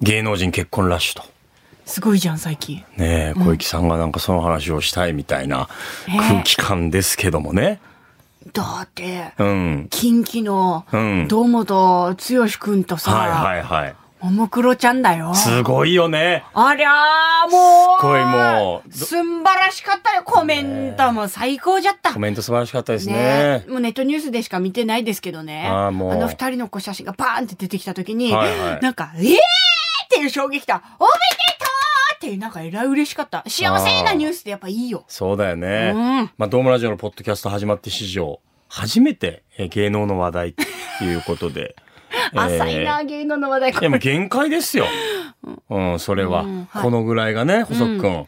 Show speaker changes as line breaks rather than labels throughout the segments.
芸能人結婚ラッシュと。
すごいじゃん、最近。
ねえ、小池さんがなんかその話をしたいみたいな空気感ですけどもね。
だって、
うん。
近畿の
うん、
堂本剛くんと
はいは
さ、
いはい。
ももクロちゃんだよ。
すごいよね。
ありゃー、もう。
すごいもうど
すんばらしかったよ、コメントも最高じゃった。
コメント素晴らしかったです
ね
ね。
もうネットニュースでしか見てないですけどね。
あーもう
の二人の子写真がバーンって出てきたときに、
はいはい
なんか、えーっていう衝撃だ。おめでとうっていう、なんかえらい嬉しかった。幸せなニュースでやっぱいいよ。
そうだよね。
うん。
まあ、ドームラジオのポッドキャスト始まって史上、初めてえー芸能の話題ということで
浅いな、
えー
芸能の話題。こ
いや、もう
れ
限界です よ。うん、それは。
うんはい
このぐらいがね、細くん。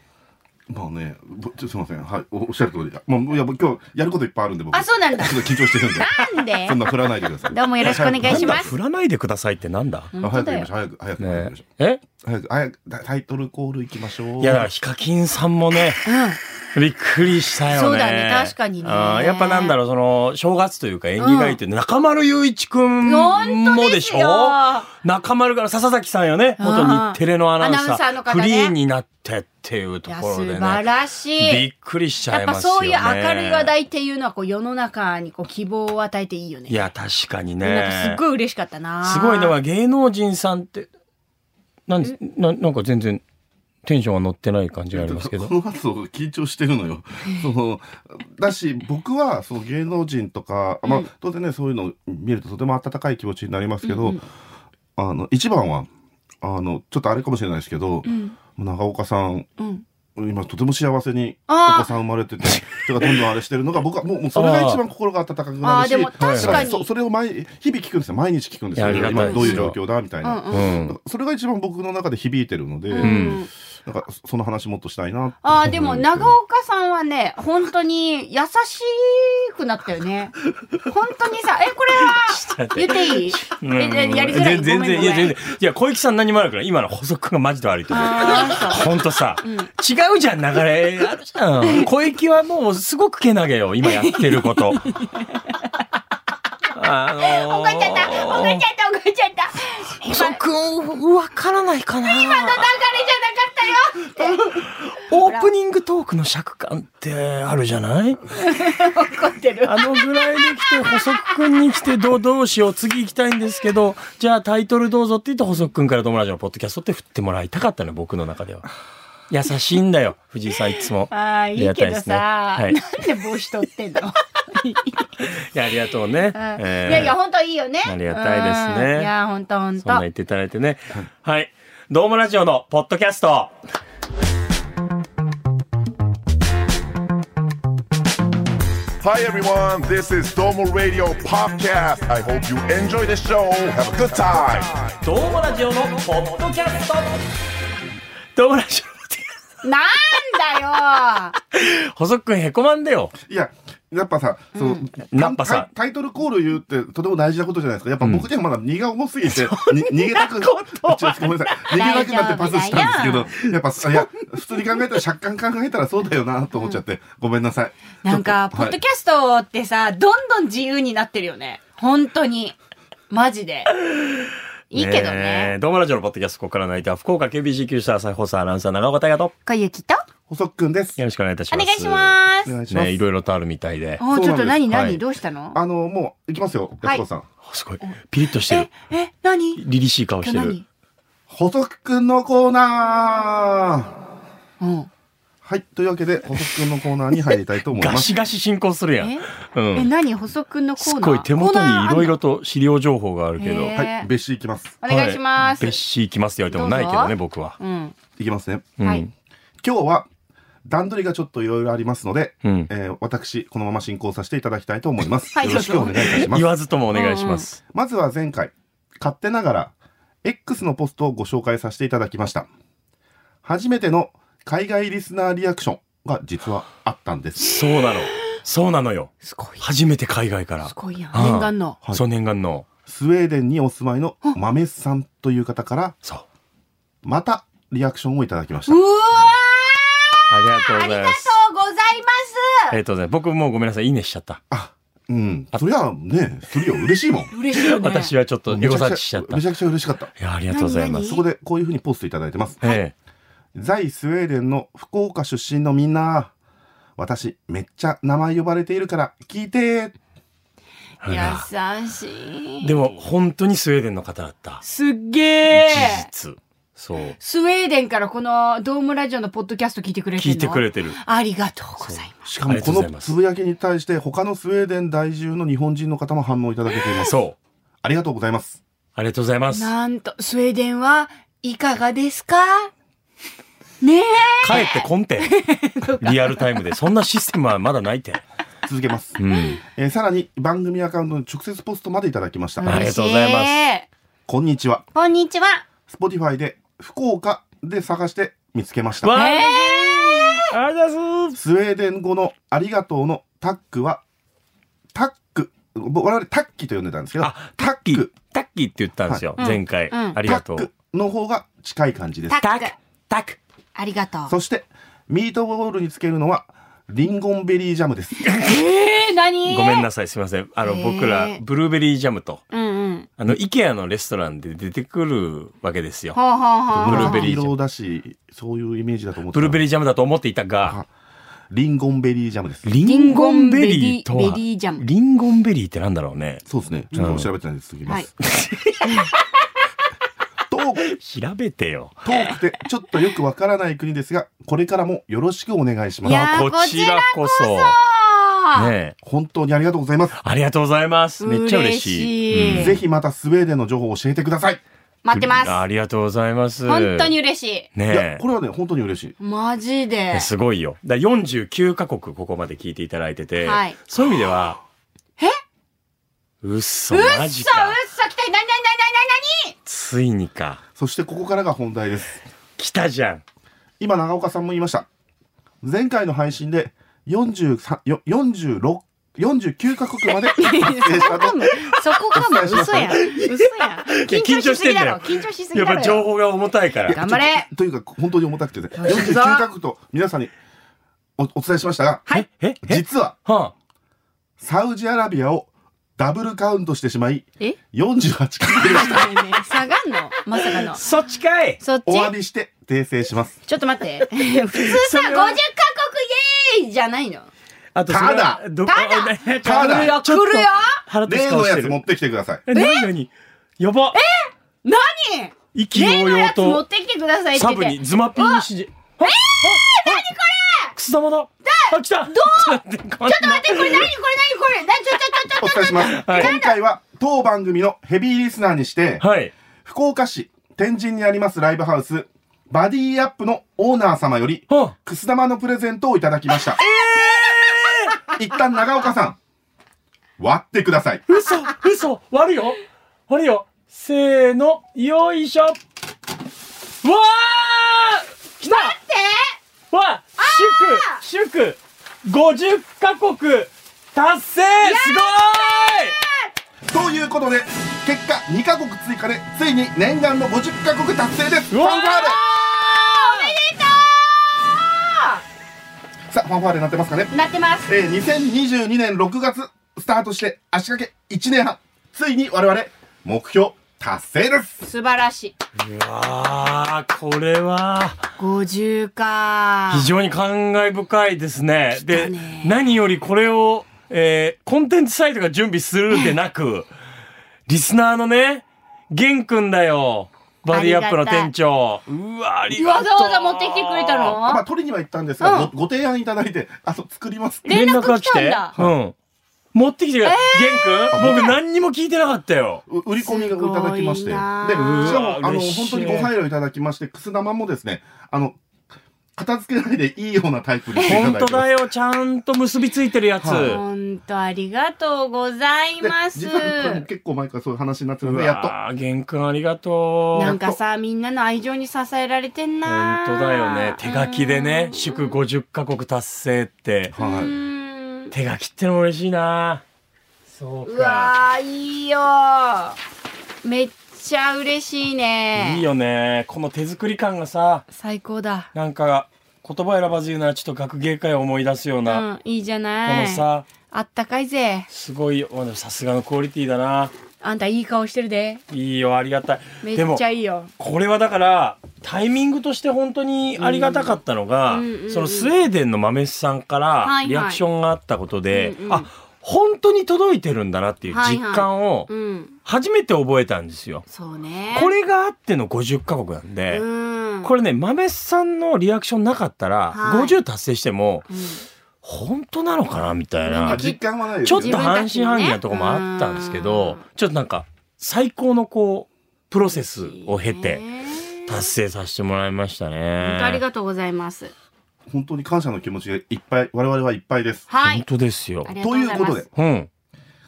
まあね、ぼちょすみません、はい、おおっしゃる通りだ。もう、いや、僕今日やることいっぱいあるんで、僕。
あそうなんだ
ちょっと緊張してるんで。
なん で
そんな振らないでください。
どうもよろしくお願いします
振らないでくださいってなんだ
あ
本当
早く
だ
行
よ
きましょう。早く、早く、早く行
ね
きましょ
え
う。早く、早く、タタイトルコール行きましょう。
いや、だからヒカキンさんもね、びっくりしたよね。
そうだね確かにね
あーやっぱなんだろう、その、正月というか演技がいいって、中丸雄一くんもでしょ
本当ですよ
中丸から笹崎さんよね。
うん
元日テレのアナウンサー。
アナウンサーの方ね
フリーになってっていうと
いや、
ころ
素
で
晴
ね。
らし
び
い
っ。くりしちゃ
やっ
い
ぱ
ますよ
そう
ね。
いう明るい話題っていうのは、こう、世の中にこう希望を与えていいよね。
いや、確かに
なんかすっ
ね。
ごい嬉しかったな。
すごい、だから芸能人さんって、なん、ななんか全然テンションが乗ってない感じがありますけど
こ。の発音緊張してる のよ。そのだし僕はその芸能人とか、まあ当然ねそういうのを見るととても温かい気持ちになりますけど、あの一番はあのちょっとあれかもしれないですけど、長岡さん、
ん
今とても幸せにお
あー
子さん生ま れてて、てかどんどんあれしてるのが僕はもうもうそれが一番心が温かくなるし、
あーでも確
か
に
そそれを毎日々聞くんですよ毎日聞くんですよ。
いやありがた
今
いですよ
どういう状況だみたいな。
うん
う
うん。
ん。
それが一番僕の中で響いてるので、
ん
なんかその話もっとしたいなって
ああ、でも、長岡さんはね、本当に優しくなったよね。本当にさ、え、これは、言っていいええやりづらい。
全然、全
ごめ
然、
ん
い
ごめ
や、
ん
全然。いや、小池さん何も悪くない。今の補足がマジで悪いと思う。
あーそう
ほんとさ、違うじゃん、流れ。あるじゃん。小池はもうすごくけなげよ、今やってる こと。あのー、
怒っちゃった、怒っちゃった、怒っちゃった。
補
今、
足、わからないかな。
流れじゃなかっ
オープニングトークの尺感ってあるじゃない
たよ怒ってる。
あのぐらいで来て、補足くんに来て、どう、どうしよう、次行きたいんですけど、じゃあタイトルどうぞって言って、補足くんから友達のポッドキャストって振ってもらいたかったの、僕の中では。優しいんだよ、藤井さん、いつも。
ああ、いい
りがた
けど
です
さ、
ねはい。い
なんで帽子取って んの、
や、ありがとうね。
うん
えー
いやいや、本当いいよね。
ありがたいですね
うんいや、本当本
そんな言
当
っていただいてね。はい。どうもラジオのポッドキャスト。
Hi everyone, this is Domo Radio Podcast. I hope you enjoy the show. Have a good time.
どうもラジオのポッドキャスト。どうもラジオのポッドキャス
なんだよ。
ト。細くんへこまんでよ。
いや、やっぱさ、その、
ナッパさん
タイタイトルコール言うってとても大事なことじゃないですか。やっぱ僕にはまだ荷が 重すぎて、に逃げたく、ちょっとごめんなさい。逃げなくなってパスしたんですけど、やっぱさ、いや、普通に考えたら、借款考えたらそうだよなと思っちゃって、ごめんなさい。
なんか、
ち
ポ
ょ
ッ
っと
ドキャストってさ、どんどん自由になってるよね。本当に。マジで。いいけどね。
えどうもラジオのポッドキャスト、ここからの相手は福岡 KBC 級スター再放送アナウンサー長岡大和と。
かゆきと。
補足くんです。
よろしくお願いいたし
お
ます。
願いしま
お願い
す。
します。
ね、いろいろとあるみたいで。
おーちょっ
そ
と何
うなんですは
何
い
どうしたの
あの、もう、行きますよ、
は
安
い
子さん。
すごい。ピリッとしてる。
え、何
凛々しい顔し
今
て
日
る
何。
補足くんのコーナー
うん。
はい、というわけで、補足くんのコーナーに入りたいと思い
ガ
ます。
シガシ進行するやん
え。
う
え、
ん。
何補足くんのコー
す
ナー
ごい手元にいろい。
コーナー
ろと資料情報があるけど。
へ
はい、別紙行きます。
あんのお願いします。
はい別紙行きますって言われてもないけ
どう
ど
ぞ
ね、僕は。
うん。
いきますね。
うん
はい。
今日は段取りがちょっといろいろありますので、
うん
えー私このまま進行させていただきたいと思います。
はい
よろしくお願いいたしま
言
す。
わずともお願いします。
まずは前回勝手ながら X のポストをご紹介させていただきました。初めての海外リスナーリアクションが実はあったんです。
そうなの。そうなのよ。
すごい。
初めて海外から。
すごいやん。
うん
念願の。
そう、念願の。
スウェーデンにお住まいの豆さんという方から
そう。
またリアクションをいただきまし
う
た
わ。ー
ありがとうございます。
ありがとうございます。
ありがとうございます。僕もうごめんなさい、いいねしちゃった。
あ、うん。そりゃね、するよ。嬉しいもん。
嬉しいよね。
私はちょっとエゴサーチしちゃった。
め
い
ちゃくちゃ嬉しかった。
や、ありがとうございます。
そこでこういうふうにポストいただいてます。
ええ。
在スウェーデンの福岡出身のみんな、私、めっちゃ名前呼ばれているから、聞いて
優しい。
でも、本当にスウェーデンの方だった。
すっげー。
事実。そう。
スウェーデンからこのドームラジオのポッドキャスト聞いてくれてる
聞
の
いてくれてる。
ありがとうございます。
しかもこのつぶやきに対して、他のスウェーデン在住の日本人の方も反応いただけています。
そう。
ありがとうございます。
ありがとうございます。
なんと、スウェーデンはいかがですかねえ。
帰ってこんて。リアルタイムで。そんなシステムはまだないて。
続けます。
うん。
えーさらに、番組アカウントの直接ポストまでいただきました。
ありがとうございます
嬉し
こんにちは。
い。こんにちは。
Spotify で、福岡で探して見つけました。
わあ、
え
ありがとうございます。
スウェーデン語のありがとうのタックは、タック、ぼ我々タッキと呼んでたんですけど、
あ、タッキー、タッキーって言ったんですよ。
はい
前回。
うん
あり
タ
がと
ッ
う
ク。の方が近い感じです
タ。ック、
タック。
ありがとう。
そして、ミートボールにつけるのは、リンゴンベリージャムです。
えー、何
ごめんなさい、すみません。あの、
えー
僕ら、ブルーベリージャムと、
うんうん。
あの、イケアのレストランで出てくるわけですよ
ほ。うほうほうほう。
ブルーベリージャム
色だし、そういうイメージだと思って
ブ
た
ルーベリージャムだと思っていたが
あ、リンゴンベリージャムです。
リ
リンゴンベリー
ンゴンベ
ベリージャム
リンゴンベリーってなんだろうね。
そうですね。ちょっと調べてないです。続きま
は
す。 トーク、
調べてよ。
遠くて、ちょっとよくわからない国ですが、これからもよろしくお願いしま
い
す
や。ー
こちらこそ。
い。
ねえ。
本当にありがとうございます。
ありがとうございます。めっちゃ嬉しい。
嬉しい
ぜひまたスウェーデンの情報を教えてください。
待ってます。
ありがとうございます。
本当に。嬉し
い
ね
や、これはね、本当に嬉しい。
い。マジで
え。。すごいよ。だから49カ国ここまで聞いていただいてて、
はい
そういう意味では、
え
うっそ、
うっそ、う
マ
っ
ジ
そ、
か。
来たい、なになになになに
ついにか。
そしてここからが本題です。
来たじゃん。
今、長岡さんも言いました。前回の配信で43、よ46、49カ国まで達成したと。
そこかも、嘘やん。嘘やん。緊張しすぎだろ。緊張しすぎ
やっ
だ
ぱ情
ろ。
報が重たいから。
頑張れ
というか、本当に重たくてね。
よし行く
49
ぞ
カ国と皆さんにおお伝えしましたが、
はい。ええ
実は
は
サウジアラビアをダブルカウントしてしまい、
えね
48カ国でした。
えねえ下がんのまさかの
あ。。そっちかい
そっち
お詫びして訂正します。
ちょっと待って。普通
そ
さ、50カ
れは
国イエーイじゃないの。
あとそれは
ただ
どこあね ちょっと
ただ
来るよ、来るよ
腹立つ
例
顔
の
して
やつ
る。
持ってきてくだ さい。
え何何やば。
何
意気
例
揚
のや
々
つ持
と、
ってきてくださいって
サ
言っ
ブ
て。
にズマピーに指示。ええ何これくす玉だあ、来たどうちょっと待って、こんな
待って、これ何これ何これなちょちょちょち
お
ょち
伝えします。
はい
今回は当番組のヘビーリスナーにして、
はい。
福岡市天神にありますライブハウス、バディアップのオーナー様より、
は
くす玉のプレゼントをいただきました。一旦長岡さん、割ってください。
あ、嘘嘘割るよ割るよせーの、よいしょわー来た
ょ
わ祝祝 !50 カ国達成す
ということで、結果2カ国追加で、ついに念願の50カ国達成です。
ご
フ
い
ァンファーレ
っ
さあ、ファンファーレなってますかね
てなってます。
えー、2022年6月スタートして足掛け1年半、ついに我々、目標達成です
素晴らしい。
うわー、これは、
50か。
非常に感慨深いですね。で
ね、
何よりこれを、えーコンテンツサイトが準備するんでなく、 リスナーのね、玄君だよ。バディアップの店長。うわ、ありが
わ
と
ざ
う。
わざ持ってきてくれた
まあ、
の
取りには行ったんですが、
うん
ごご提案いただいて、あの、作りますって。
連絡が来たん
連
だ
絡が来てうん。持ってきてくれ。玄君僕何にも聞いてなかったよ。
う売り込みをいただきまして。
すごい
で、し
な
か
ー
も
う、わ
あの、
嬉しい
本当にご配慮いただきまして、くす玉もですね、あの、片付けないでいいようなタイプにしていた
本
だいて
当
ます。
だよ。ちゃんと結びついてるやつ。
はい
本当ありがとうござい
で
ます。
実はこれも結構前からそういう話になってた
う
ので、やっと。
わー玄君ありがとう。
なんかさ、みんなの愛情に支えられてんな。
本当だよね。手書きでね、祝
祝
50カ国達成って。
う
は
ん
手書きってのも嬉しいなそう
う
か
わー、いいよ。めっちゃ嬉しいね。
いいよねこの手作り感がさ
最高だ。
なんか言葉選ばず言うならちょっと学芸会を思い出すよう
う
な、
ん、いいじゃ
こ
な
の
い。
さ
あったかいぜ。
すごいよ。でもさすがのクオリティだな。
あんたいい顔してるで。
いいよ、ありがたい。
め
で
っ
も
ち、ゃいいよ。
これはだから、タイミングとして本当にありがたかったのが、
うんうんうん
そのスウェーデンの豆さんか
は
ら
いはい
リアクションがあったことで、
うんうん
あ、本当に届いてるんだなっていう実感を
うん。
初めて覚えたんですよ。
そうね。
これがあっての50カ国なんで、
うん。
これね、豆さんのリアクションなかったら、
はい
50達成しても、
うん
本当なのかなみたい
みん
な
な
あ。実感はないです
ちょ
よ
っ
ね
と半信半疑なとこもあったんですけど、ちょっとなんか、最高のこう、プロセスを経て、
ね
達成させてもらいました
本当あり
ね。
がとうございます。
本当に感謝の気持ちがいっぱい我々はいっぱいです。
は
本
い。
当ですよ
あ。りがとう
と
ご
い
ざ
う
い
こ
ま
と
す。
で
うん。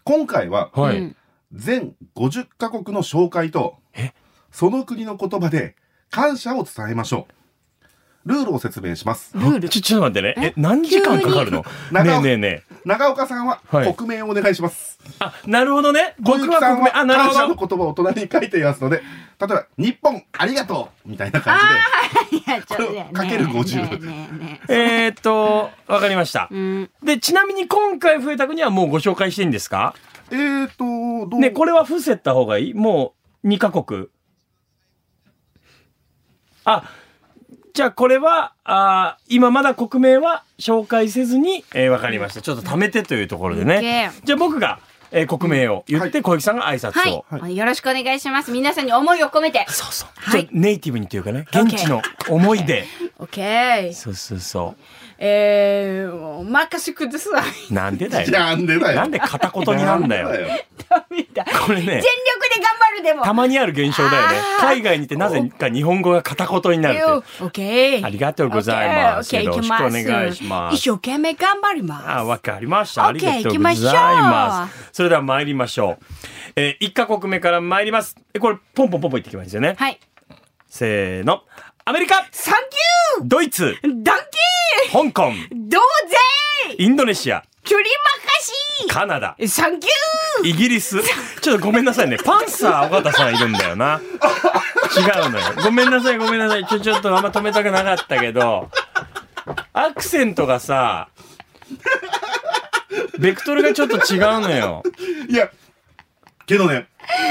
今回は
は
う
い。
ん
全50カ国の紹介と
え
その国の言葉で感謝を伝えましょう。ルールを説明します。
ルール。
ちょ、ちょっと待ってね。え、何時間かかるの
急に
ねえねえねえ。
長岡さんは
はい
国名をお願いします。
あ、なるほどね。僕
小
は
雪さん
国名。あ、なる
感謝
ほ
の
ど。
言葉を隣に書いていますので、例えば、日本ありがとうみたいな感
いやちょっとね
これかける50
ねえねえねえ
えーっと、わかりました
う。ん。
で、ちなみに今回増えた国はもうご紹介していいんですか
じで。えーと、どう
ね、これは伏せた方がいいもう2カ国。あ、じゃあこれは、あー今まだ国名は紹介せずに、えーわかりました。ちょっと貯めてというところでね。じゃあ僕が、えー国名を言って小雪さんが挨拶を。
はい。よろしくお願いします。皆さんに思いを込めて。
そうそう。
はい
ちょネイティブにというかね、現地の思いで。
オッケー。
そうそうそ
えー、お任せください。
う。なんでだよ。
なんでだよ。
なんで片言になんだ
なん
よ。
よ。
ダメだ。全
これね
力で、頑張るでも。
たまにある現象だよね。
あー
海外に行ってなぜか日本語が片言になるっていう。
オッケー。
ありがとうございます
オッケーオッケー
よろしくお願いします
一生懸命頑張ります。
あ、わかりました。
OK
ありがとうござい
行きま
ま
し
す。それでは参りましょう。えー、1カ国目から参ります。え、これ、ポンポンポンポン言ってきますよね。
はい。
せーの。アメリカ
サン
ドイツ
キューダンキ
香港
ーどうぜ
インドネシア
キュリマカ
カナダ
シーサンキュー
イギリスちょっとごめんなさいね。パンサー尾形さんいるんだよな。違うのよ。ごめんなさい、ごめんなさい。ちょ、ちょっとあんま止めたくなかったけど、アクセントがさ、ベクトルがちょっと違うのよ。
いや、けどね、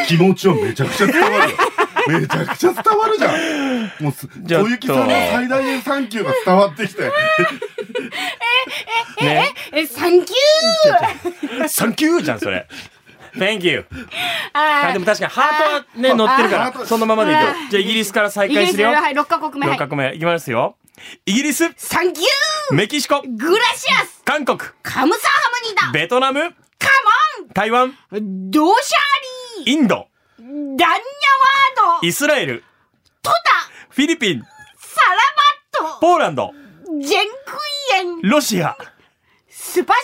気持ちはめちゃくちゃ 伝わるよ。めちゃくちゃ伝わるじゃん。もうす、
ちょっと
小雪さんの最大限サンキューが伝わってきて。
ね。
え、サンキュー
サンキューじゃん、それ。Thank you.
あ
あ、でも確かにハートはね、乗ってる
ハ
か
ート
ら、そのままでいく
あ。
じゃあ、イギリスから再
イギ
開
リ
す
ス
るよ。
はい、6カ国目。は
6
い
カ国目、いきますよ。イギリス、
サンキュー
メキシコ、
グラシアス
韓国、
カムサハムニダ
ベトナム、
カ
台湾、
モンドシャリ
インド、
ーダンニャワード
イスラエル、
トタ
フィリピン、
サラバット
ポーランド、
ジェンクイエン
ロシア、
スパシ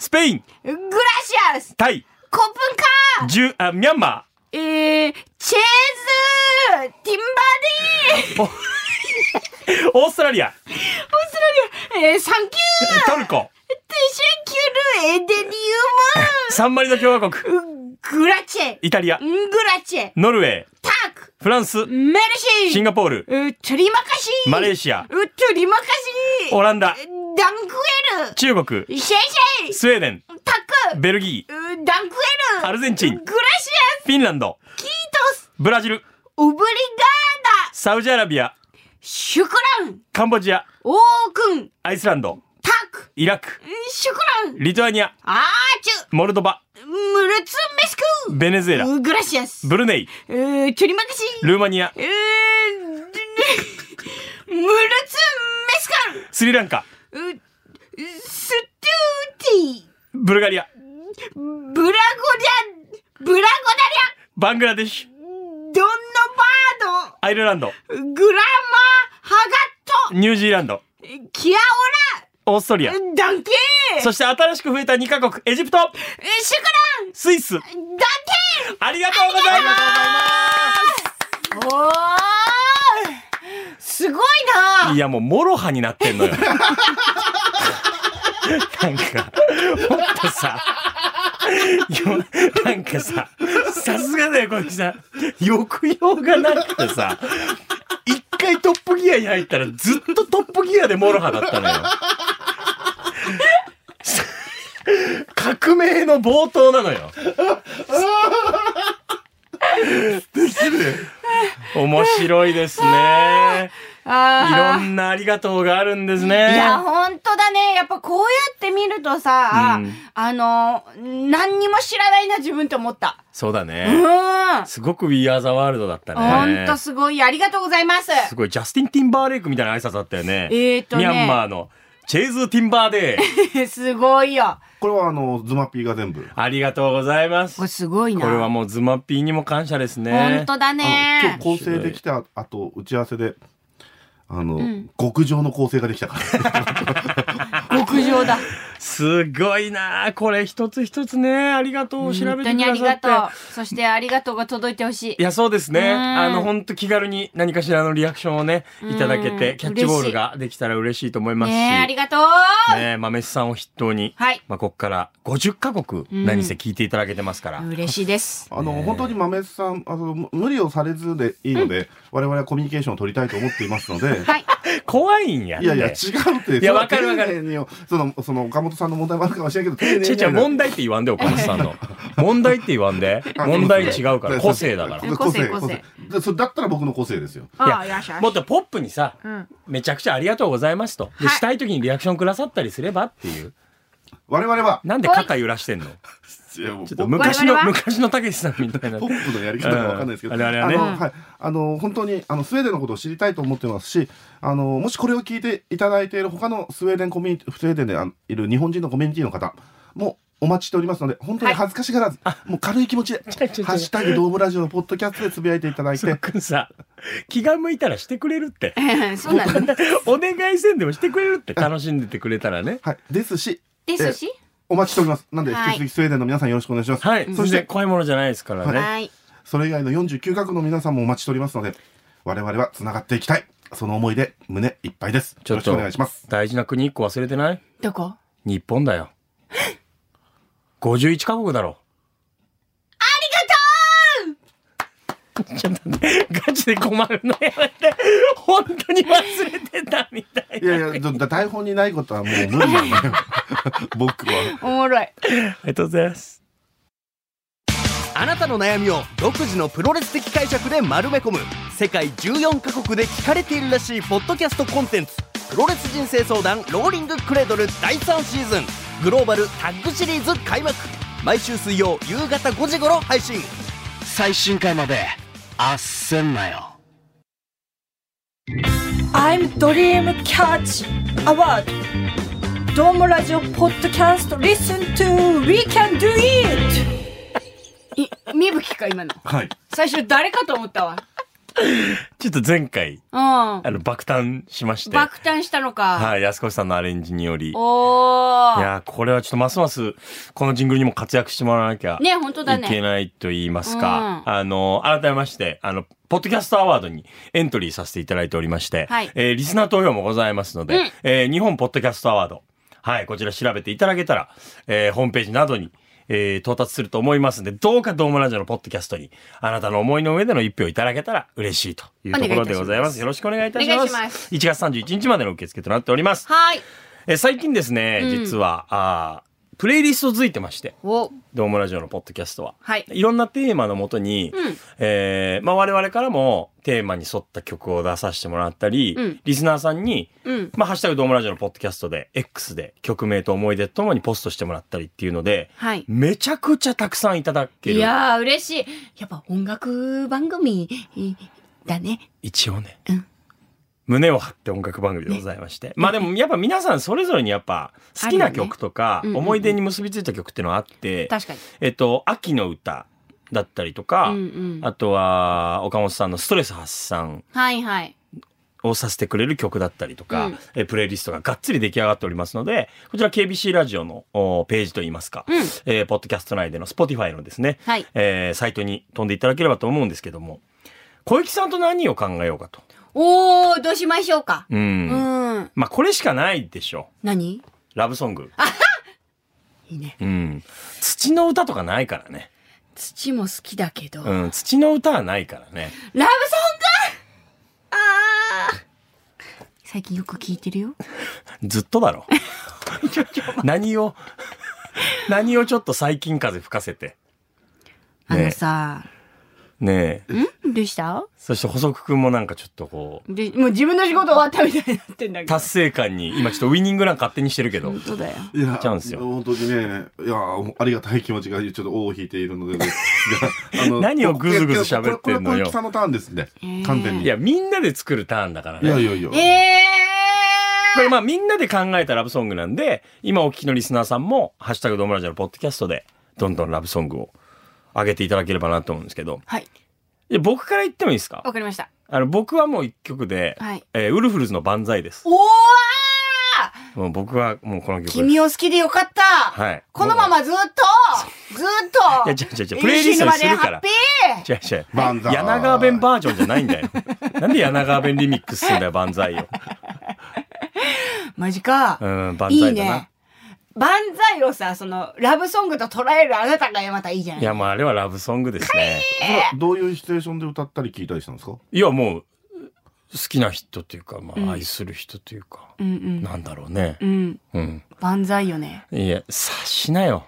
スペイン、
ーバグラシアス
タイ、
コプンカー
ジュ、あ、ミャンマ
えー、チェーズティンバーディー
ー、オーストラリア、
オーストラリアえー、サンキュー
トルコ、
テシェキュルエデニ
サンマリノ共和国、
ウムグラチェ
イタリア、
グラチェ
ノルウェー、
タク
フランス、
メルシー
シンガポール、
うトゥリマカシー
マレーシア、
うトゥリマカシー
オランダ、
ダンクエ
中国、
ルシェイシェイ
スウェーデン、
タク
ベルギー、
うダンクエル
アルゼンチン
グラシアス
フィンランド、
キートス
ブラジル、
オブリガーダ
サウジアラビア、
シュクラン
カンボジア、
オークン
アイスランド、
タク
イラク、
シュクラン
リトアニア、
アーチ
モルドバ、
ュムルツメスク
ベネズエラ、
うグラシアス
ブルネイ、
うトゥリマカシー
ルーマニア、
えー、ムルツメスカル
スリランカ、
うストゥーティ
ブルガリア、
ブラゴリャブラゴダリ
バングラデシュ、
ャドンノバ
アイルランド、
ードグラマーハガッ
ニュージーランド、
トキア
オーストリ
オ
ア、
ラダンケー
そして新しく増えた2カ国、エジプト、
シ
スイス、
ュクラン
ありがとうございます
ダンケーおーすごいない
や、もう、もろはになってんのよ。なんか、もっとさ、よなんかさ、さすがだよ、小木さん。抑揚がなくてさ、一回トップギアに入ったらずっとトップギアでもろはだったのよ。かっ釈明の冒頭なのよ。面白いですね。いろ
あ
んなありがとうがあるんです
あ。いや、
ね。
本当だね。やっぱこうやって見るとさ、
うん
あの、何にも知らないな、自分って思った。
そうだ
う
ね。
ん。
すごく We Are the World だった
本
ね。
当すごい。ありがとうございます。
すごい。ジャスティン・ティンバーレイクみたいな挨拶だったよね。
えーとね
ミャンマーのチェーズ・ティンバーデ ー。
すごいよ。
これはあのズマピーが全部、
ありがとうございます
これ。すごいな。
これはもうズマピーにも感謝ですね
本。当だ
あの今
ね。
日構成できた後打ち合わせであの、
ん
極上の構成ができたから
極上だ。
すごいなあこれ一つ一つね、ありがとうを調
本
べ
当
てく
にあ
だ
り
さ
が
って。
とう。そしてありがとうが届いてほしい
い。や、そうですね。
うん
あの、ほんと気軽に何かしらのリアクションをね、いただけ
う
て
ん、
キャッチボールができたら嬉しいと思いますし。
ねえ、ありがとう。
ねえ、豆さんを筆頭に、
はい
まあ、ここから50カ国、
ん
何せ聞いていただけてますから。
嬉し いです。
あの本当に豆さんあの無理をされずでいいので、我々はコミュニケーションを取りたいと思っていますの で、
はい。
怖いんやって。
いやいや違うって
いや
その
わかるわかる
丁寧にそのその岡本さんの問題もあるかもしれないけど丁寧に
ちえちゃん問題って言わんで、岡本さんの。問題って言わん で。問題違うから、個性だから。い
ら個性個性
でそれだったら僕の個性ですよ
ああ、よ
や
しよし
もっとポップにさ、
うん。
めちゃくちゃありがとうございますと。で、
はい
したい時にリアクションくださったりすればっていう。
我々は
なんで肩揺らしてんの
いやもう
ちょっと昔の
我、々は
昔のたけしさんみたいな
ポ。ップのやり方がわかんないですけど、
うんあれあれはね
のはい、あの本当にあのスウェーデンのことを知りたいと思ってますし、あのもしこれを聞いていただいている他のスウェーデンコミュニティ、スウェーデンであのいる日本人のコミュニティの方もお待ちしておりますので、本当に恥ずかしがらず、もう軽い気持ちで、
ちょちょ
ハッシュタグドームラジオのポッドキャストでつぶやいていただい、
そってくんさ、気が向いたらしてくれるって。
そうなんだ。
お願いせんでもしてくれるって。楽しんでてくれたらね。
はい、ですし、
ですし。
お待ちしております。なんで、
はい
引き続きスウェーデンの皆さんよろしくお願いします。
はい。
そ
そ
し
して
て、
怖いものじゃないですからね。
い。
それ以外の49カ国の皆さんもお待ちしておりますので、我々はつながっていきたい。その思いで胸いっぱいです。
ち
よ
ょ
ろ
っ
しく
と
お願いします。
大事な国一個忘れてない
どこ
日本だよ。51カ国だろ。ありがとうちょっと待ってガチで困るのやめて。本当に忘れてたみたい
いやいや、ちょっと台本にないことはもう無理なんだよ。僕は。
おもろ
あ
い。
りがとうございます。
あなたの悩みを独自のプロレス的解釈で丸め込む世界14カ国で聞かれているらしいポッドキャストコンテンツ「プロレス人生相談ローリングクレードル」第3シーズングローバルタッグシリーズ開幕毎週水曜夕方5時頃配信最新回まであっせんなよ
I'm Dream Catch Award ドームラジオポッドキャスト Listen to We Can Do It
い、みぶきか、今の。
はい。
最初誰かと思ったわ。
ちょっと前回、
うん。
あの、爆誕しまして。
爆誕したのか。
はい、安越さんのアレンジにより。い
おー。
やー、これはちょっとますます、このジングルにも活躍してもらわなきゃ。
ね、本当だ
いけ
ね。
ないと言いますか、
う
あの、改めまして、あの、ポッドキャストアワードにエントリーさせていただいておりまして、
はい
えーリスナー投票もございますので、
うん
えー日本ポッドキャストアワード、はい、こちら調べていただけたら、えーホームページなどに、えー到達すると思いますので、どうかドームラジオのポッドキャストに、あなたの思いの上での一票いただけたら嬉しいというところでございます。よろしくお願いいたします。
お願いします
1月31日までの受付となっております。
はい。
えー最近ですね、
うん
実は、あープレイリストついてまして、
お。
ドームラジオのポッドキャストは。
はい
いろんなテーマのもとに、
うん
えーまあ我々からもテーマに沿った曲を出させてもらったり、
うん
リスナーさんに、
うん。
まあハッシュタグドームラジオのポッドキャストで、X で曲名と思い出とともにポストしてもらったりっていうので、
はい。
めちゃくちゃたくさんいただけ
い
る。
やー、嬉しい。やっぱ音楽番組だね。
一応ね、
うん
胸を張って音楽番組でございまして。まあでもやっぱ皆さんそれぞれにやっぱ好きな曲とか、
あるよねうんうんうん
思い出に結びついた曲っていうのはあって、
確かに。
えっと、秋の歌だったりとか、
うんうん
あとは、岡本さんのストレス発散
はいはい。
をさせてくれる曲だったりとか、
うん
えプレイリストががっつり出来上がっておりますので、こちら KBC ラジオのおページといいますか、
うん
えーポッドキャスト内での Spotify のですね、
はい
えーサイトに飛んでいただければと思うんですけども、小雪さんと何を考えようかと。
おー、どうしましょうか。
うん。
うん。
まあ、これしかないでしょ
何
う。ラブソング。
いいね。
うん。土の歌とかないからね。
土も好きだけど。
うん。土の歌はないからね。
ラブソングああ最 近よく聞いてるよ。
ずっとだろ。何を、何をちょっと最近風吹かせて。
あのさ、
ねえ。
んどうした
そして細くくんもなんかちょっとこう、
でもう自分の仕事終わったみたいになってんだけど。
達成感に、今ちょっとウィニングラン勝手にしてるけど。
本当だよ。
いや、
ちゃうんすよ
本当にね、いや、ありがたい気持ちがちょっと尾を引いているので、あの
何をグズグズ喋ってんのよ
これこれこれ小雪さんのターンですね。完全に。
いや、みんなで作るターンだから
いや
ね。
いやいや。
ええ
これまあみんなで考えたラブソングなんで、今お聞きのリスナーさんも、ハッシュタグドームラジオのポッドキャストで、どんどんラブソングを上げていただければなと思うんですけど。
はい。
いや僕から言ってもいいですか
わかりました。
あの、僕はもう一曲で、
はい
えーウルフルズの万歳です。
おーわー
もう僕はもうこの曲です。
君を好きでよかった、
はい
このままずっとずっと
いや違う違う違うプレイリストにするから
死ぬまでハッピー
違う違う。
万歳
柳川弁バージョンじゃないん だよ。なんで柳川弁リミックスすんだよ、万歳よ。
マジか、
うん、万
いい
歳だな。
ね万歳をさそのラブソングと捉えるあなたがまたいいじゃない
いや、もうあれはラブソングですね。
どういうシチュエーションで歌ったり聞いたりしたんですか
いや、もう、好きな人っていうか、まあ、愛する人というか、
うんうん
なんだろうね
う。ん
うん。
万歳よね
いや、察しな よ。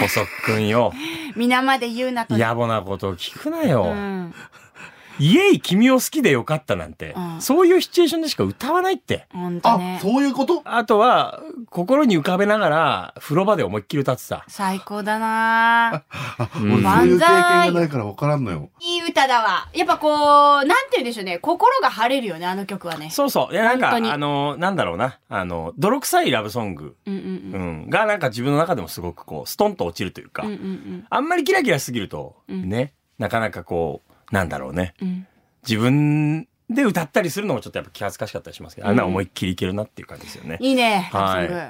細くんよ。
皆まで言うなと
野暮なことを聞くなよ。
うん
イエイ君を好きでよかったなんて、
うん
そういうシチュエーションでしか歌わないって。
ほんと
あ
ね、
そういうこと
あとは、心に浮かべながら、風呂場で思いっきり歌ってた。
最高だな
あ俺そういう経験がないから分からんのよ。
いい歌だわやっぱこうなんて言うんでしょうね心が晴れるよねあの曲はね
そうそう。いや、なんか、
本当に
あの、なんだろうな。あの、泥臭いラブソング、
うんうん
うん、が、なんか自分の中でもすごくこう、ストンと落ちるというか、
うんうんうん
あんまりキラキラしすぎると、
うん
ね、なかなかこう、なんだろうね。
うん
自分で歌ったりするのもちょっとやっぱ気恥ずかしかったりしますけど、あんな
うん
思いっきりいけるなっていう感じですよね。
いいね
はい
ラブソング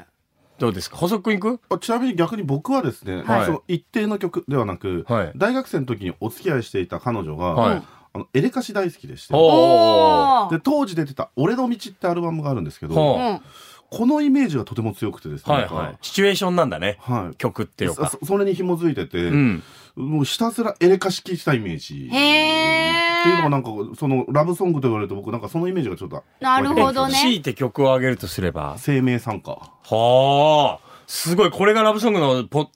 どうですか補足いく
あちなみに逆に僕はですね、
はい
その一定の曲ではなく、
はい
大学生の時にお付き合いしていた彼女が、
はい
あのエレカシ大好きでして、
お
お
で当時出てた「俺の道」ってアルバムがあるんですけど、
ほ
うん
このイメージがとても強くてですね、
はい
なんか
はい。シチュエーションなんだね。
はい
曲っていうか
そ。それに紐づいてて、
うん。
もうひたすらエレカシ聴いてたイメージ。
へ
っていうのも
ー
なんかそのラブソングと言われると僕なんかそのイメージがちょっと
なるほどね
強いて曲を上げるとすれば。
生命参加
はあ。すごい。これがラブソングのポ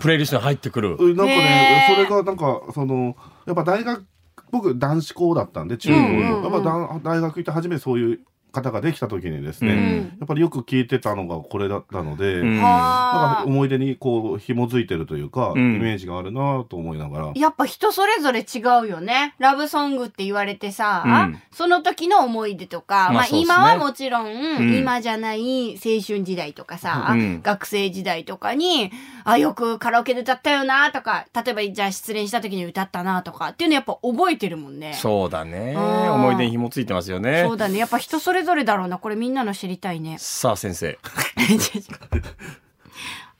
プレイリストに入ってくる。
なんかね
ねえ
それがなんかそのやっぱ大学僕男子校だったんで中高
うんうん
の、
うん
やっぱだ大学行って初めてそういう方ができた時にですね、
うん
やっぱりよく聞いてたのがこれだったので、
うん
なん
はー
か思い出にこう紐づいてるというか、
うん
イメージがあるなと思いながら。
やっぱ人それぞれ違うよね。ラブソングって言われてさ、
うん
その時の思い出と
ま
か、
あ
まあ、
そうっすね
今はもちろん、
ん
今じゃない青春時代とかさ、
うん
学生時代とかに、あ、よくカラオケで歌ったよなとか、例えばじゃあ失恋した時に歌ったなとかっていうのやっぱ覚えてるもんね。
そうだね。
あー
思い出に紐ついてますよね。
そう。だね。やっぱ人それぞれだろうな。これみんなの知りたいね
さあ先生。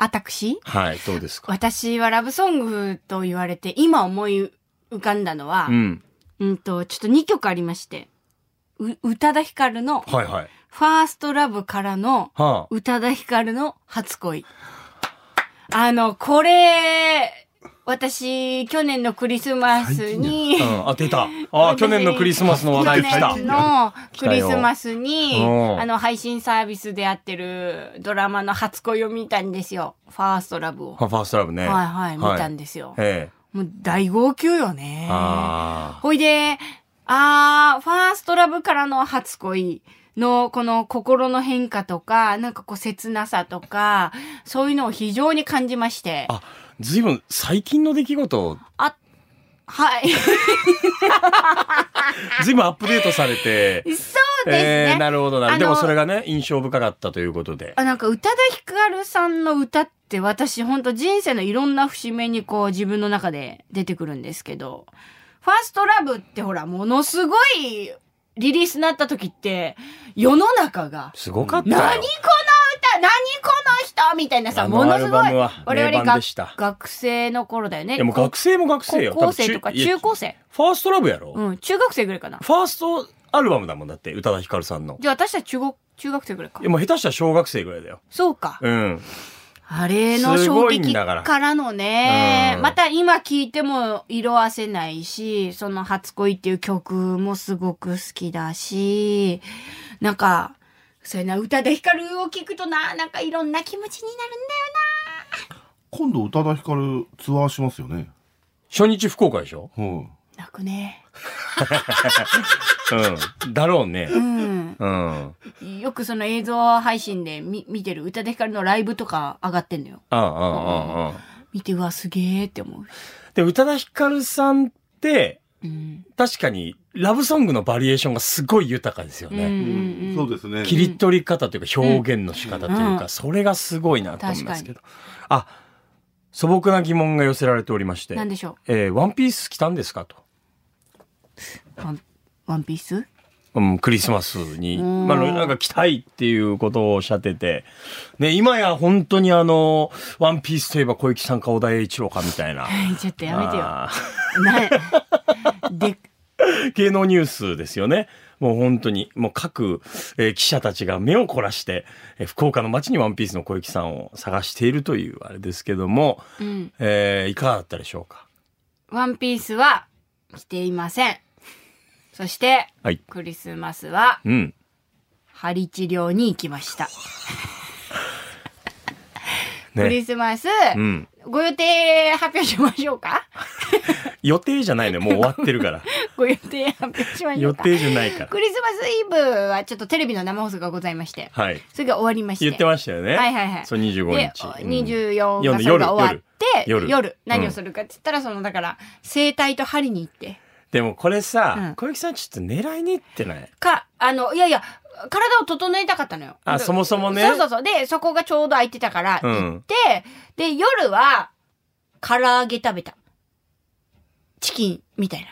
あたくし
はい。どうですか
私はラブソングと言われて、今思い浮かんだのは、
うん。
うんと、ちょっと2曲ありまして。う、宇多田ヒカルの、
はいはい。
ファーストラブからの、
はあ。
宇多田ヒカルの初恋。あの、これ、私、去年のクリスマスに、
うん。あ、出た。あ、去年のクリスマスの話題来た
去。年の
来た
ク
よ
リスマスに、
うん
あの、配信サービスでやってるドラマの初恋を見たんですよ。ファーストラブを。
フ
は
ァーストラブね。
いはい、見たん
で。
ですよ。
ええ。
もう大号泣よね。
あ
ほいで、あー、ファーストラブからの初恋のこの心の変化とか、なんかこう切なさとか、そういうのを非常に感じまして。
あ。あ、ずいぶん最近の出来事を、
あ、はい。
ずいぶんアップデートされて。
そうですね。
えーなるほどなる
あ
ほど。
の
でもそれがね、印象深かったということで。
あなんか宇多田ヒカルさんの歌って私ほんと人生のいろんな節目にこう自分の中で出てくるんですけど、ファーストラブってほらものすごいリリースになった時って世の中が
すごかったよ。
何この歌何この人みたいなさ、
あ
も
の
の
ア
す
ル
ご
バ
い
ムは。
我々
名盤
が
でした
学生の頃だよね。
いやもう学生も学生よ。
高校生と
多
か
分中いや
中高生。
ファーストラブやろ、
うん、中学生ぐらいかな。
ファーストアルバムだもんだって、宇多田ヒカルさんの。
じゃあ私たち中学、中学生ぐらいか
いや。もう下手したら小学生ぐらいだよ。
そうか。
うん。
あれの
す
衝
ごいん
撃
だから
からのね
う、ん
また今聞いても色あせないし、その初恋っていう曲もすごく好きだし、なんか、そうやな、歌で光るを聞くとな、なんかいろんな気持ちになるんだよな。
今度宇多田ヒカルツアーしますよね。
初日福岡でしょ
はい。
泣くね。
うん。だろうね。
うん。
うん。
よくその映像配信で見見てる歌で光のライブとか上がってんのよ。
ああ、ああ、ああ。
見て、うわ、すげえって思う。
で、宇多田ヒカルさんって、
うん。
確かに、ラブソングのバリエーションがすごい豊かですよ
うん
ね。
うんうん
そうですね。
切り取り方というか、表現の仕方という
う
か、
ん
それがすごいなと思いますけど。あ、素朴な疑問が寄せられておりまして。
なんでしょ
えーワンピース着たんですかと。
うワンワンピース
うん、クリスマスに、
うん
まあ、なんか着たいっていうことをおっしゃってて、ね、今や本当にあの、ワンピースといえば小雪さんか小田栄一郎かみたいな。
はいちょっとやめてよ。
あー
ない。 で、
芸能ニュースですよね。もう本当に、もう各、えー記者たちが目を凝らして、えー福岡の街にワンピースの小雪さんを探しているというあれですけども、
うん。
えーいかがだったでしょうか
ワンピースは着ていません。そして、
はい。
クリスマスは
うん。
針治療に行きました。クリ
ね。
スマス、
うん。
ご予定発表しましょうか
予定じゃないのよもう終わってるから。
ご予定発表しましょ
予
うか
定じゃないから。
クリスマスイブはちょっとテレビの生放送がございまして、
はい。
それが終わりまして。
言ってましたよね。
はいはいはい
そう、25日。
で、
うん
24
夜
が
の
それが終わって、
夜
夜
夜
何をするかって言ったら、その、だから、整体と針に行って、
でもこれさ、
うん
小雪さんちょっと狙いに行ってない
か、あの、いやいや、体を整えたかったのよ。
あ
で
そもそもね
そうそうそう。で、そこがちょうど空いてたから、
うん
行って、で、夜は、唐揚げ食べた。チキン、みたいな。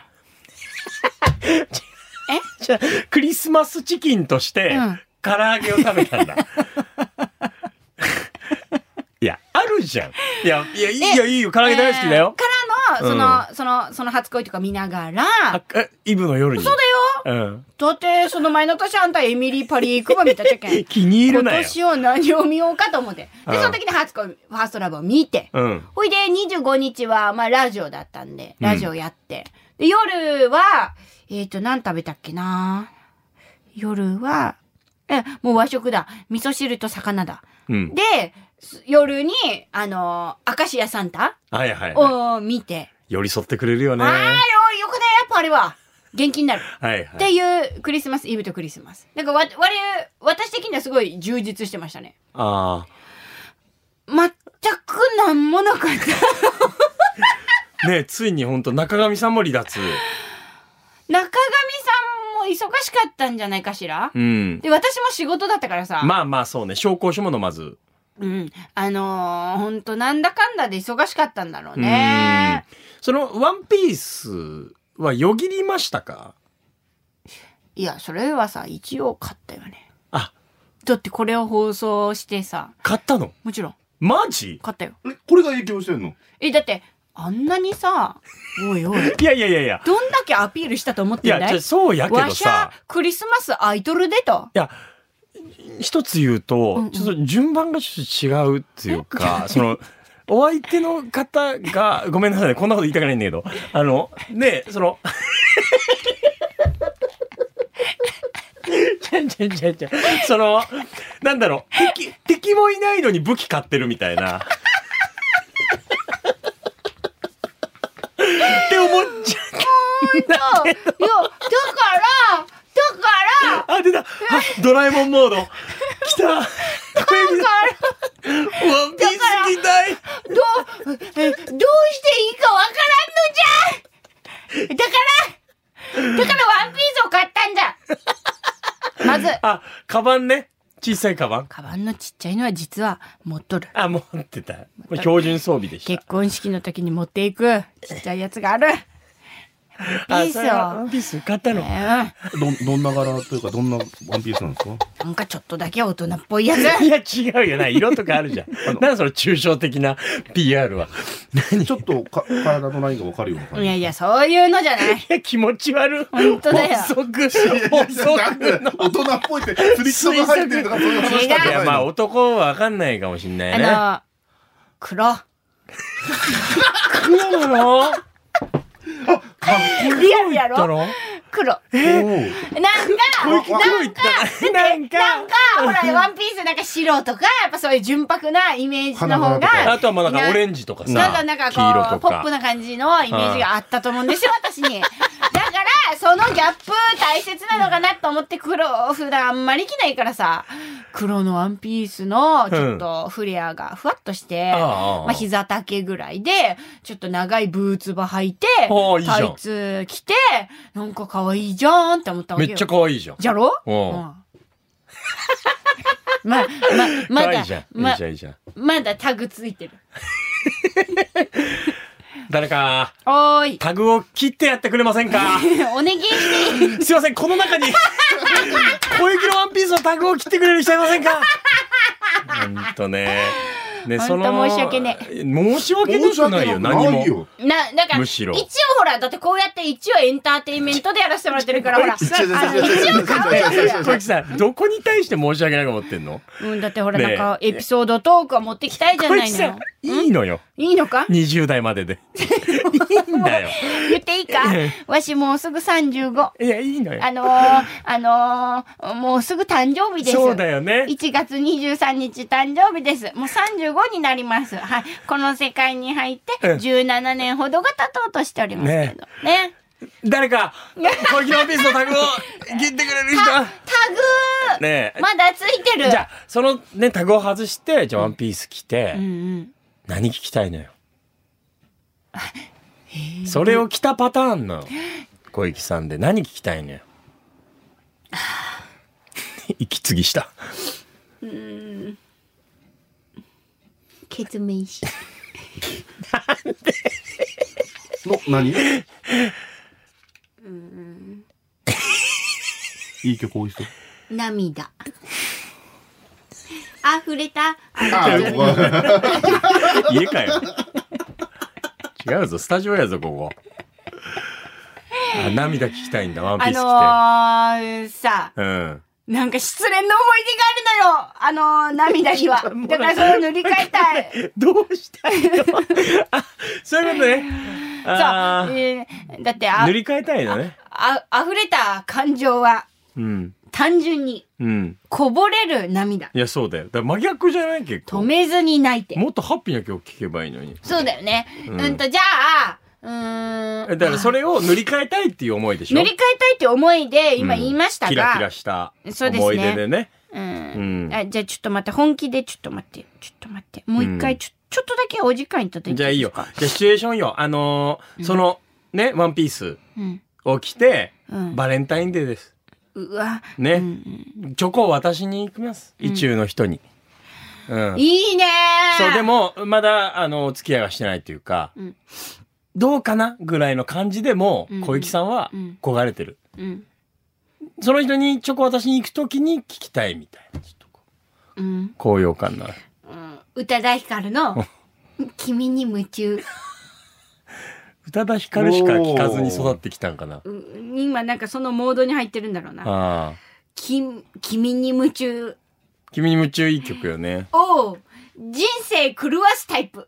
じゃあクリスマスチキンとして、
うん
唐揚げを食べたん だ。いや、あるじゃん。いや、いや、いいよ、いいよ、唐揚げ大好きだよ。
えーからの、その、
う
その、その初恋とか見ながら、
あえイブの夜に。
そう
だよ。
だって、その前の年あんたエミリー・パリー・クバ見たじ ゃけん。
うん。気に入る
今
なよ。
年を何を見ようかと思って。
うん
で、その時に初恋、ファーストラブを見て。
うん。
ほいで、25日は、まあ、ラジオだったんで、ラジオやって。で、夜は、えっ、と、何食べたっけな夜は、え、もう和食だ。味噌汁と魚だ。
うん。
で、す夜に、あのー、アカシアサンタ
はいはい、は
を見て。
い。寄り添ってくれるよね。
ああ、
は
よ、よくね、やっぱあれは。元気になる。
いは
っ
い。
ていう、クリスマスイブとクリスマス。なんか、わ、我々私的にはすごい充実してましたね。
あ
全くなんもなかった。
あ。ねついに本当中上さんも離脱。
中上さんも忙しかったんじゃないかしら、
うん。
で、私も仕事だったからさ。
まあまあそうね。紹興酒も飲まず。
うん。あのー、ほんとなんだかんだで忙しかったんだろう
うん
ね。
そのワンピースはよぎりましたか
いや、それはさ、一応買ったよね。
あ、
だってこれを放送してさ、
買ったの
もちろん
マジ
買ったよ。
えこれが影響してんの
え、だって、あんなにさ、おい おい、
いやいやいやいや。
どんだけアピールしたと思っ
い
てん
や、
だ
じゃ
い
あそうやけ
わ
ど
しゃ
さ。、
クリスマスアイドルでと。
いや、一つ言うと、
うんうん
ちょっと順番がちょっと違うっていうか、その、お相手の方が、ごめんなさいね、こんなこと言いたくないんだけど、あの、ねえ、その、ちゃんちゃんちゃんちゃん、その、なんだろう、敵、敵もいないのに武器買ってるみたいな。って思っちゃ
そういや、だから、だから、
う。あ、出たあドラえもんモード来た ワン
だから、
ピース着たい
どう、えどうしていいかわからんのじゃだから、だからワンピースを買ったんだまず、
あ、カバンね。小さいカバン。
カバンのちっちゃいのは実は持っとる。
あ、持ってた。これ標準装備でした
結。婚式の時に持っていく、ちっちゃいやつがある。ワンピース
あそれはワ
を
ン。ピース買ったの。
えー
どんどんな柄というかどんなワンピースなんですか
なんかちょっとだけ大人っぽいやつ。
いや、違うよな。色とかあるじゃん。なんだその抽象的な PR は。何い
ちょっとか体のラインがわかるような感
い
じ。
やいや、そういうのじゃない。
や、気持ち悪い。
本当だよ
遅く、遅
なん
く
で
の。
大人っぽいってスリットが入ってるとかそういう話な
い
んじゃ
や、
ない
まあ
の
男はわかんないかもしんないね。
あの、黒。
黒なの
あ
リアルや
だ
ろ
ろ
黒。
おう
なんか、
小雪黒いったなんか
なんか、ほら、ワンピースなんか白とか、やっぱそういう純白なイメージの方
花々とか
が。
あとはまあなんかオレンジとかさ
なんかなんか
黄色
こ
と
うポッ
か
プな感じのイメージがあったと思う んですよ私にだからそのギャップ大切なのかなと思って黒普段あんまり着ないからさ黒のワンピースのちょっとフレアがふわっとして、
ああああ
まあ膝丈ぐらいでちょっと長いブーツば履いて
ああいいじゃん
タイツ着てなんか可愛いじゃんって思ったわ
め
けよ
っちゃ可愛いじゃん
じゃろ
うん
うん まあまあま
可愛
だ
いじゃんいい
ま
じゃんいいじゃん
まだタグついてる
誰か
お ーい
タグを切ってやってくれません か
お願いしていい
すいませんこの中に小雪のワンピースのタグを切ってくれる人いませんかほんとねね
ほんと申し訳ね
申し訳なくないよ何も
な、なんか、
むし
一
ろ
応ほら、だってこうやって一応エンターテインメントでやらせてもらってる から、ほら。
ちょちょちょ
あの
ちょちょ
一応顔出すや
小雪さんどこに対して申し訳ないと思ってんの
ん。うん、だってほら、
ね
な
え
んか、エピソードトークは持ってきたいじゃ
小
ない
雪
の
さ
よ
ん。いいのよ
いいのか
20代まで でいいんだよ
言っていいか
え
わしもうすぐ35。
いやいいのよ
あのー、あのー、もうすぐ誕生日です。
そうだよ ね
1月23日誕生日です。もう35になります。はい。この世界に入って
うん
17年ほどが経とうとしておりますけど。ね
誰か小雪のワンピースのタグを切ってくれる人は
タグー
ねえ
まだつい てる。
じゃあそのねタグを外してじゃあワンピース着て、
うんうん。
何着たいのよそれを着たパターンの小雪さんで何聞きたいのよ息継ぎ した
決明し。
の何いい曲多い人。
涙。溢れた。
あ、ごめん
家かよ違うぞスタジオやぞここあ涙聞きたいんだワンピース
あ
着て、
のー、さ、
うん
なんか失恋の思い出があるのよ。あのー、涙 には。だからそれを塗り替えたい。
どうしたいの あそういうことね あ
そう、
ー
えーだってあ
塗、り替えたいのね
あ、溢れた感情は
うん
単純に
うん
こぼれる涙。
いやそうだよだから真逆じゃない結
止
構
めずに泣いて。
もっとハッピーな曲聴けばいいのに
そうだよね。うん、
ん
と、じゃあ、うー
え
ん。
だからそれを塗り替えたいっていう思いでしょ
塗り替えたいって思いで今言いましたが、
キラキラした
そうですね
思い出でね
うん
うん
あじゃあちょっと待って本気でちょっと待ってちょっと待ってもう一
う
回
ん
ちょ,、ちょっとだけお時間いただいて
じゃあいいよじゃあシチュエーションよあのーそのねワンピース
うん
を着て、
うん
バレンタインデーです
うわ
ね、
うん
チョコを渡しに行きます意中の人に、うん
いいねー
そうでもまだあのお付き合いはしてないというか、
うん
どうかなぐらいの感じでも
うん
小雪さんは
うん
焦がれてる、
うん
その人にチョコ渡しに行く時に聞きたいみたいなちょっとこう
うん
高揚感のある
うん宇多田ヒカルの「君に夢中
宇多田ヒカルしか聞かずに育ってきたんかな」
う今なんかそのモードに入ってるんだろうな
ああ
「き君に夢中
君に夢中いい曲よね」。
を人生狂わすタイプ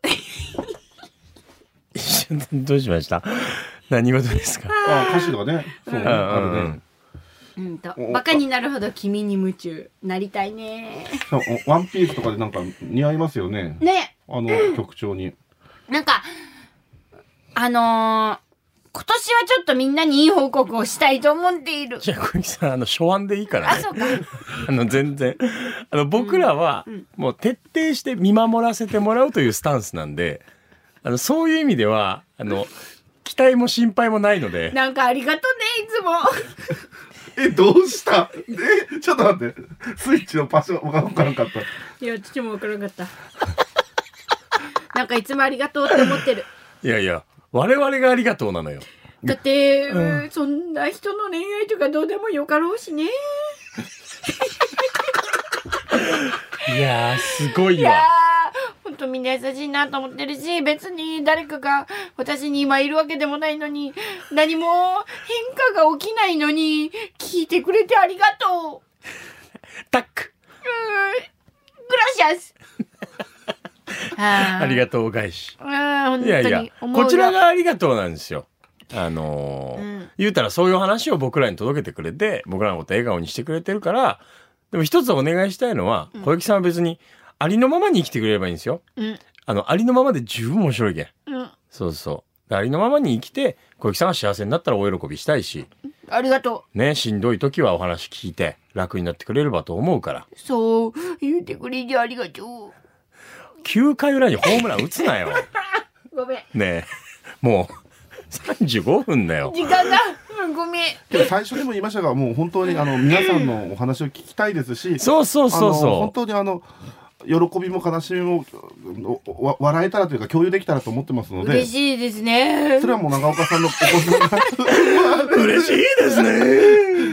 どうしました 何事ですか
あ、歌詞がね。そうね、あるね。
うんとバカになるほど君に夢中なりたいね
そうワンピースとかでなんか似合いますよね。
ね
あの曲調に。
なんか、あのー今年はちょっとみんなにいい報告をしたいと思っている。
じゃあ小雪さんあの初腕でいいから
あ、
ね
そうか。
あの全然あの僕らはもう徹底して見守らせてもらうというスタンスなんであのそういう意味ではあの期待も心配もないので
なんかありがとうね、いつも。
え、どうしたえ、ちょっと待って。スイッチの場所がわからんかった。
いや、父もわからなかった。なんかいつもありがとうって思ってる。
いやいや我々がありがとうなのよ
だって、そんな人の恋愛とかどうでもよかろうしね。
いやーすごい
いや
わ
ー、ほんとみんな優しいなと思ってるし、別に誰かが私に今いるわけでもないのに、何も変化が起きないのに、聞いてくれてありがとう。
タック
グラ シャス。あ
ありが
と
とう返し
う。ん、本当
い
に
やいや
思うよ
こちらがありがとうなんですよあのー
うん
言うたらそういう話を僕らに届けてくれて、僕らのこと笑顔にしてくれてるから、でも一つお願いしたいのは、小雪さんは別にありのままに生きてくれればいいんですよ。
うん
あの、ありのままで十分面白いけん。
うん
そうそう。ありのままに生きて、小雪さんが幸せになったらお喜びしたいし、
ありがと
ね、しんどい時はお話聞いて楽になってくれればと思うから
う。そう言ってくれてありがと
9回裏にホームラン打つなよ。
う ごめん
ねえ、もう35分だよ。
時間がうんごめん
けど最初にも言いましたが、もう本当にあの皆さんのお話を聞きたいですし、
そうそうそう
あの本
そ
当にあの喜びも悲しみもおわ笑えたらというか共有できたらと思ってますので
嬉、しいですね
それはもう長岡さんのお子さんが
う。嬉しいですね。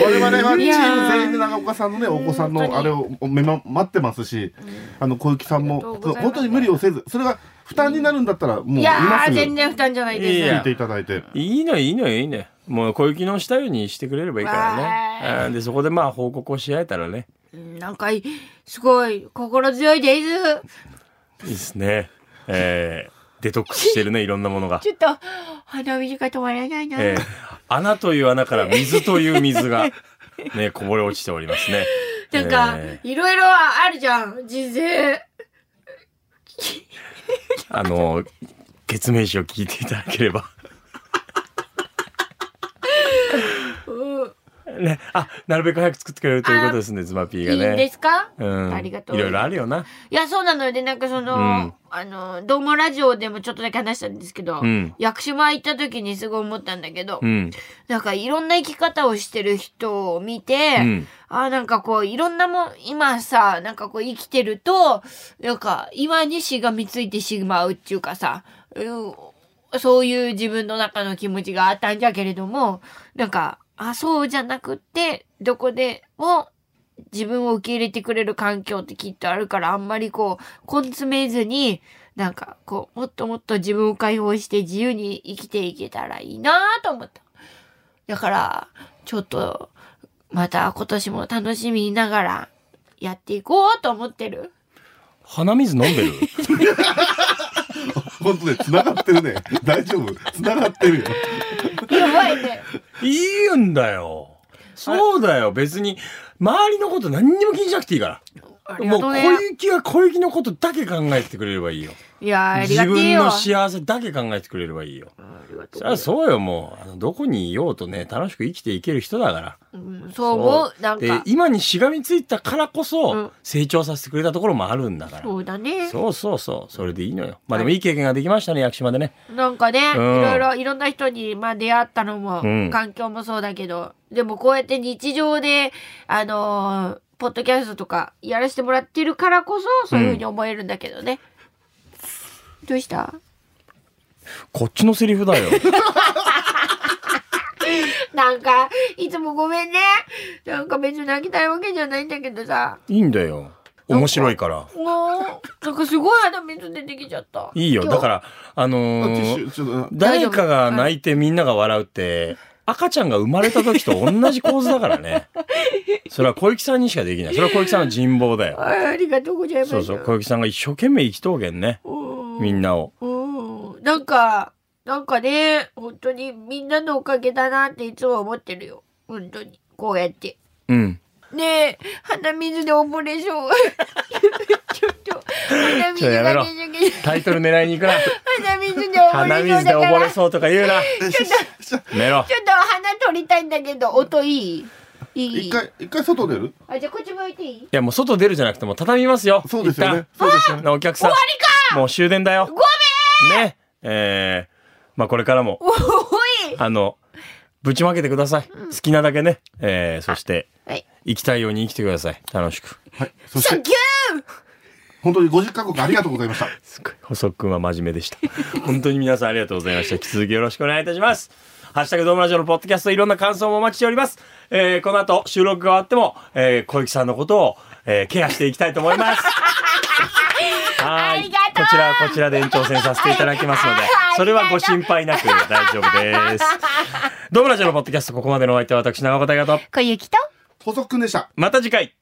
我々はチ
いやー
ーム全員で長岡さんのねお子さんのあれを目ま待ってますし、あの小雪さん
ありがと
も
うございます
本当に無理をせず、それが負担になるんだったらもう
い
今
やー
すぐ
全然負担じゃないです
いや
聞いていただいて。
いいのいいのいいのもう小雪のしたようにしてくれればいいからね。
わ
うんで、そこでまあ報告をし合えたらね。
うんなんかいすごい心強いです
いいですね。えー、デトックスしてるね、いろんなものが。
ちょっと鼻短い止まらないな、
えー、穴という穴から水という水が、ね、こぼれ落ちておりますね。
なんか、
え
いろいろあるじゃん人生
ーあの、月明詞を聞いていただければ。
うん
ね、あ、なるべく早く作ってくれるということですね、ズマピー
いい
が
ん
ね。
ですか、
うん、
ありがとう
いろいろあるよな。
いや、そうなのよで、なんかその、
うん
あの、どうもラジオでもちょっとだけ話したんですけど、
うん
屋久島行った時にすごい思ったんだけど、
うん。
なんかいろんな生き方をしてる人を見て、
うん
あなんかこう、いろんなもん、今さ、なんかこう生きてると、なんか今にしがみついてしまうっていうかさ、うん、そういう自分の中の気持ちがあったんじゃけれども、なんか、あ、そうじゃなくって、どこでも自分を受け入れてくれる環境ってきっとあるから、あんまりこう、根詰めずに、なんかこう、もっともっと自分を解放して自由に生きていけたらいいなと思った。だから、ちょっと、また今年も楽しみながらやっていこうと思ってる。
鼻水飲んでる。
本当ね、繋がってるね。 大丈夫。繋がってるよ。
やばいね。
いいんだよ。そうだよ、別に。周りのこと何にも気にしなくていいか
あ
ら。
り
も
が
う
とう
小
ね。
雪は小雪のことだけ考えてくれればいいよ。
いやー、あり
自
がてえ
分
よ。
の幸せだけ考えてくれればいいよ。そりゃそうよ、もう。あのどこにいようとね、楽しく生きていける人だから。
うんそう思う。なん
で
か、
今にしがみついたからこそ、
うん
成長させてくれたところもあるんだから。
そうだね。
そうそうそう。それでいいのよ。まあでもいい経験ができましたね、屋久島でね。
なんかね、い
うん
ろいろ、いろんな人に、まあ出会ったのも、
うん
環境もそうだけど、でもこうやって日常で、あのーポッドキャストとかやらせてもらってるからこそ、そういうふうに思えるんだけどね。どうした
こっちのセリフだよ。
なんか、いつもごめんね。なんか別に泣きたいわけじゃないんだけどさ。
いいんだよ。面白いから。
もう、なんかすごい鼻水出てきちゃった。
いいよ。
今日
だか。ら、あ
テ
の
ィッシ
ー
ュ、ちょっと、
誰かが泣いてみんなが笑うって、赤ちゃんが生まれた時と同じ構図だからね。 それは小雪さんにしかできない。それは小雪さんの人望だ よ。
あありがとうございます。
そうそう。小雪さんが一生懸命生きとうけんね。
う
みんなを。
ん。うん。なんか、なんかね、本当にみんなのおかげだなっていつも思ってるよ。本当に。こうやって。
うん。
ねえ、鼻水で溺れそう。 ちょっと、鼻水
ちょやめろ
が出てき
タイトル狙いに 行くな。
鼻水で溺
鼻
れそう
水で
だか
溺
ら。
れ
ちょっ
そうとか言うな。 メロ。
と鼻取りたいんだけど、音いいいい
一回、一回外出る
あ、じゃあこっち向いていい
いやもう外出るじゃなくてもう畳みますよ。
そうですよ
一
ね
旦。
そうですよね。
お客さん。終わりかもう終電だよ。ごめんね。えー、まあこれからも、
おい
あの、ぶちまけてください。好きなだけね。えー、そして、
はい。
生きたいように生きてください。楽しく。
はい。そし
サン
て、
キュー
本当に50カ国ありがとうございました。
すごい。細くんは真面目でした。 本当に皆さんありがとうございました。引き続きよろしくお願いいたします。ハッシュタグドームラジオのポッドキャストいろんな感想もお待ちしております。えー、この後収録が終わっても、えー、小雪さんのことを、えー、ケアしていきたいと思い ます。は
あ
い。
り
こ
がとう
ちらはこちらで延長戦させていただきますので
ありがと、う
それはご心配なく大丈夫 です。ドームラジオのポッドキャストここまでのお相手は私、長岡大和と、
小雪と
細くんでした。
また次回。